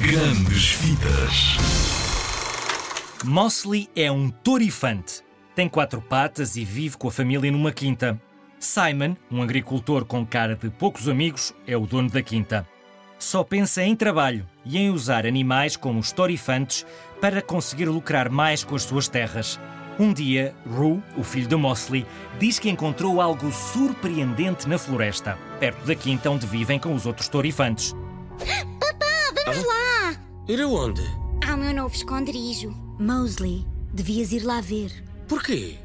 Grandes vidas. Mosley é um torifante. Tem quatro patas e vive com a família numa quinta. Simon, um agricultor com cara de poucos amigos, é o dono da quinta. Só pensa em trabalho e em usar animais como os torifantes para conseguir lucrar mais com as suas terras. Um dia, Rue, o filho de Mosley, diz que encontrou algo surpreendente na floresta, perto da quinta onde vivem com os outros torifantes. Vamos lá! Ir aonde? Há o meu novo esconderijo. Mosley, devias ir lá ver. Porquê?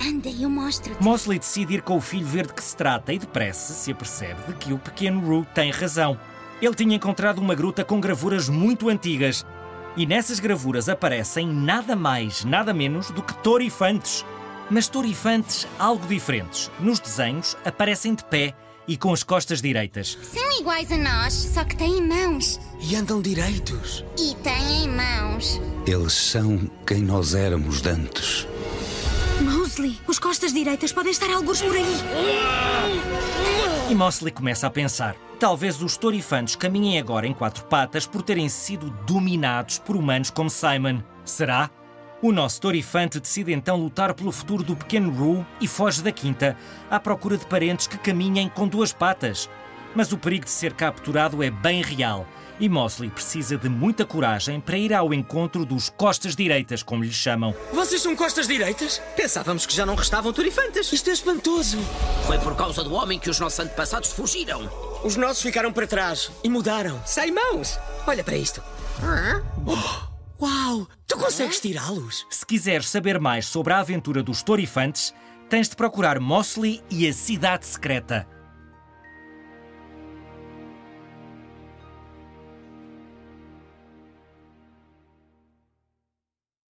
Anda, eu mostro-te. Mosley decide ir com o filho ver de que se trata e depressa se apercebe de que o pequeno Rue tem razão. Ele tinha encontrado uma gruta com gravuras muito antigas. E nessas gravuras aparecem nada mais, nada menos do que torifantes. Mas torifantes algo diferentes. Nos desenhos aparecem de pé e com as costas direitas. São iguais a nós, só que têm mãos. E andam direitos. E têm mãos. Eles são quem nós éramos dantes. Mosley, os costas direitas podem estar alguns por aí. E Mosley começa a pensar. Talvez os torifantes caminhem agora em quatro patas por terem sido dominados por humanos como Simon. Será? O nosso torifante decide então lutar pelo futuro do pequeno Rue e foge da quinta à procura de parentes que caminhem com duas patas. Mas o perigo de ser capturado é bem real e Mosley precisa de muita coragem para ir ao encontro dos costas direitas, como lhe chamam. Vocês são costas direitas? Pensávamos que já não restavam turifantes. Isto é espantoso. Foi por causa do homem que os nossos antepassados fugiram. Os nossos ficaram para trás e mudaram. Sai mãos! Olha para isto. Uau! Tu consegues tirá-los? Se quiseres saber mais sobre a aventura dos Torifantes, tens de procurar Mosley e a Cidade Secreta.